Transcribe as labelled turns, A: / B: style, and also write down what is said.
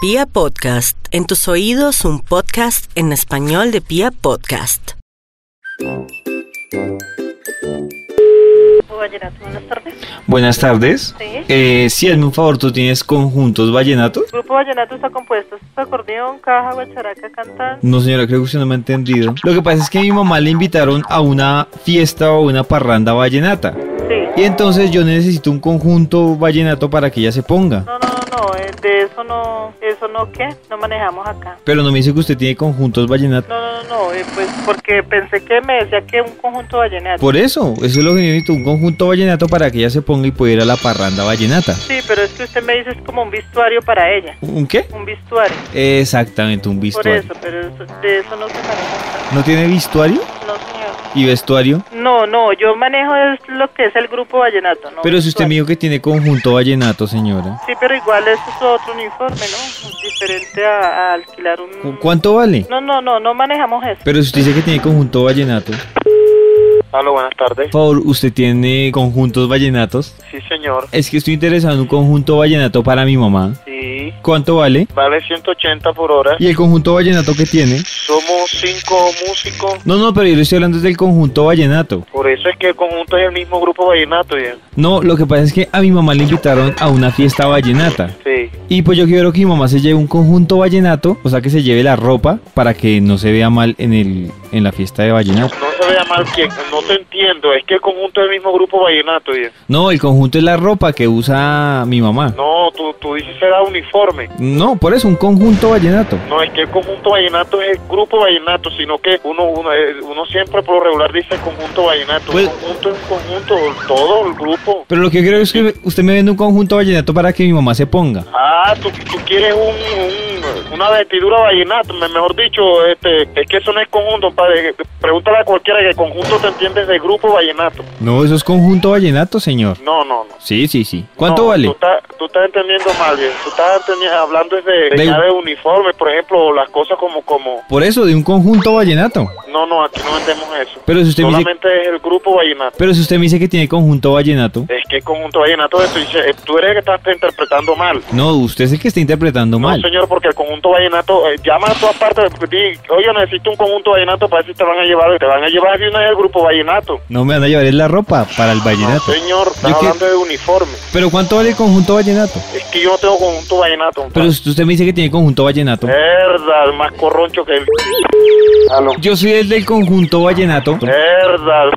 A: Pia Podcast, en tus oídos un podcast en español de Pia Podcast.
B: Vallenato, buenas tardes.
C: Buenas tardes.
B: Sí.
C: Eh, sí, hazme un favor, ¿tú tienes conjuntos vallenatos?
B: El grupo Vallenato está compuesto es acordeón, caja, guacharaca, cantante.
C: No, señora, creo que usted no me ha entendido. Lo que pasa es que a mi mamá le invitaron a una fiesta o una parranda vallenata.
B: Sí.
C: Y entonces yo necesito un conjunto vallenato para que ella se ponga.
B: No, no, no, no, eh, de eso no, eso no qué, no manejamos acá.
C: Pero no me dice que usted tiene conjuntos vallenatos.
B: No, no, no, no, eh, pues porque pensé que me decía que un conjunto vallenato.
C: Por eso, eso es lo que necesito, un conjunto vallenato para que ella se ponga y pueda ir a la parranda vallenata.
B: Sí, pero es que usted me dice es como un vestuario para ella.
C: ¿Un qué?
B: Un vestuario.
C: Exactamente, un
B: Por
C: vestuario.
B: eso, pero eso- de eso no se maneja acá.
C: ¿No tiene vestuario
B: No, señor.
C: y vestuario?
B: No, no, yo manejo es lo que es el grupo Vallenato, ¿no?
C: Pero si usted
B: vestuario.
C: me dijo que tiene conjunto vallenato, señora.
B: Sí, pero igual eso es otro uniforme, ¿no? Diferente a, a alquilar un...
C: ¿Cu- ¿Cuánto vale?
B: No, no, no, no manejamos eso.
C: Pero si usted dice que tiene conjunto vallenato,
D: Aló, buenas tardes.
C: por favor, ¿usted tiene conjuntos vallenatos?
D: Sí, señor.
C: Es que estoy interesado en un conjunto vallenato para mi mamá.
D: Sí.
C: ¿Cuánto vale?
D: Vale 180 por hora.
C: ¿Y el conjunto vallenato que tiene?
D: Somos cinco músicos.
C: No, no, pero yo le estoy hablando del conjunto vallenato.
D: Por eso es que el conjunto es el mismo grupo vallenato, ya.
C: No, lo que pasa es que a mi mamá le invitaron a una fiesta vallenata.
D: Sí.
C: Y pues yo quiero que mi mamá se lleve un conjunto vallenato, o sea que se lleve la ropa para que no se vea mal en, el, en la fiesta de vallenato.
D: No se vea mal que no te entiendo. Es que el conjunto es el mismo grupo vallenato, ya.
C: No, el conjunto es la ropa que usa mi mamá.
D: No, tú, tú dices será uniforme.
C: No, por eso, un conjunto vallenato.
D: No, es que el conjunto vallenato es el grupo vallenato, sino que uno, uno, eh, uno siempre por lo regular dice conjunto vallenato.
C: Pues-
D: Un conjunto es un conjunto, todo el grupo.
C: Pero lo que yo creo es que usted me vende un conjunto vallenato para que mi mamá se ponga.
D: Ah, tú, tú quieres un, un- una vestidura vallenata, me- mejor dicho, este, es que eso no es conjunto, padre. Pregúntale a cualquiera que conjunto te entiendes de grupo vallenato.
C: No, eso es conjunto vallenato, señor.
D: No, no, no.
C: Sí, sí, sí. ¿Cuánto
D: No, Tú
C: vale?
D: estás, tú estás entendiendo mal, bien. Tú estás entendi- hablando es de, de,
C: De-
D: ya de uniforme, por ejemplo, o las cosas como, como,
C: Por eso, de un conjunto vallenato.
D: no, no, aquí no vendemos eso.
C: Pero si usted me dice,
D: Solamente es el grupo vallenato.
C: pero si usted me dice que tiene conjunto vallenato.
D: Es que conjunto vallenato, tú, dices, eh, tú eres el que estás interpretando mal.
C: No, usted es el que está interpretando
D: No,
C: mal.
D: señor, porque el conjunto vallenato eh, llama a todas partes. Di, oye, necesito un conjunto vallenato para ver si te van a llevar. Te van a llevar de una vez el grupo vallenato.
C: No me van a llevar es la ropa para el
D: No,
C: vallenato.
D: señor, estás
C: Yo que-
D: hablando de uniforme.
C: Pero ¿cuánto vale el conjunto vallenato?
D: Es que yo no tengo conjunto vallenato.
C: Pero si usted me dice que tiene conjunto vallenato.
D: Eh. Verdad, más corroncho que el. Aló.
C: Yo soy el del conjunto vallenato.
D: Verdad.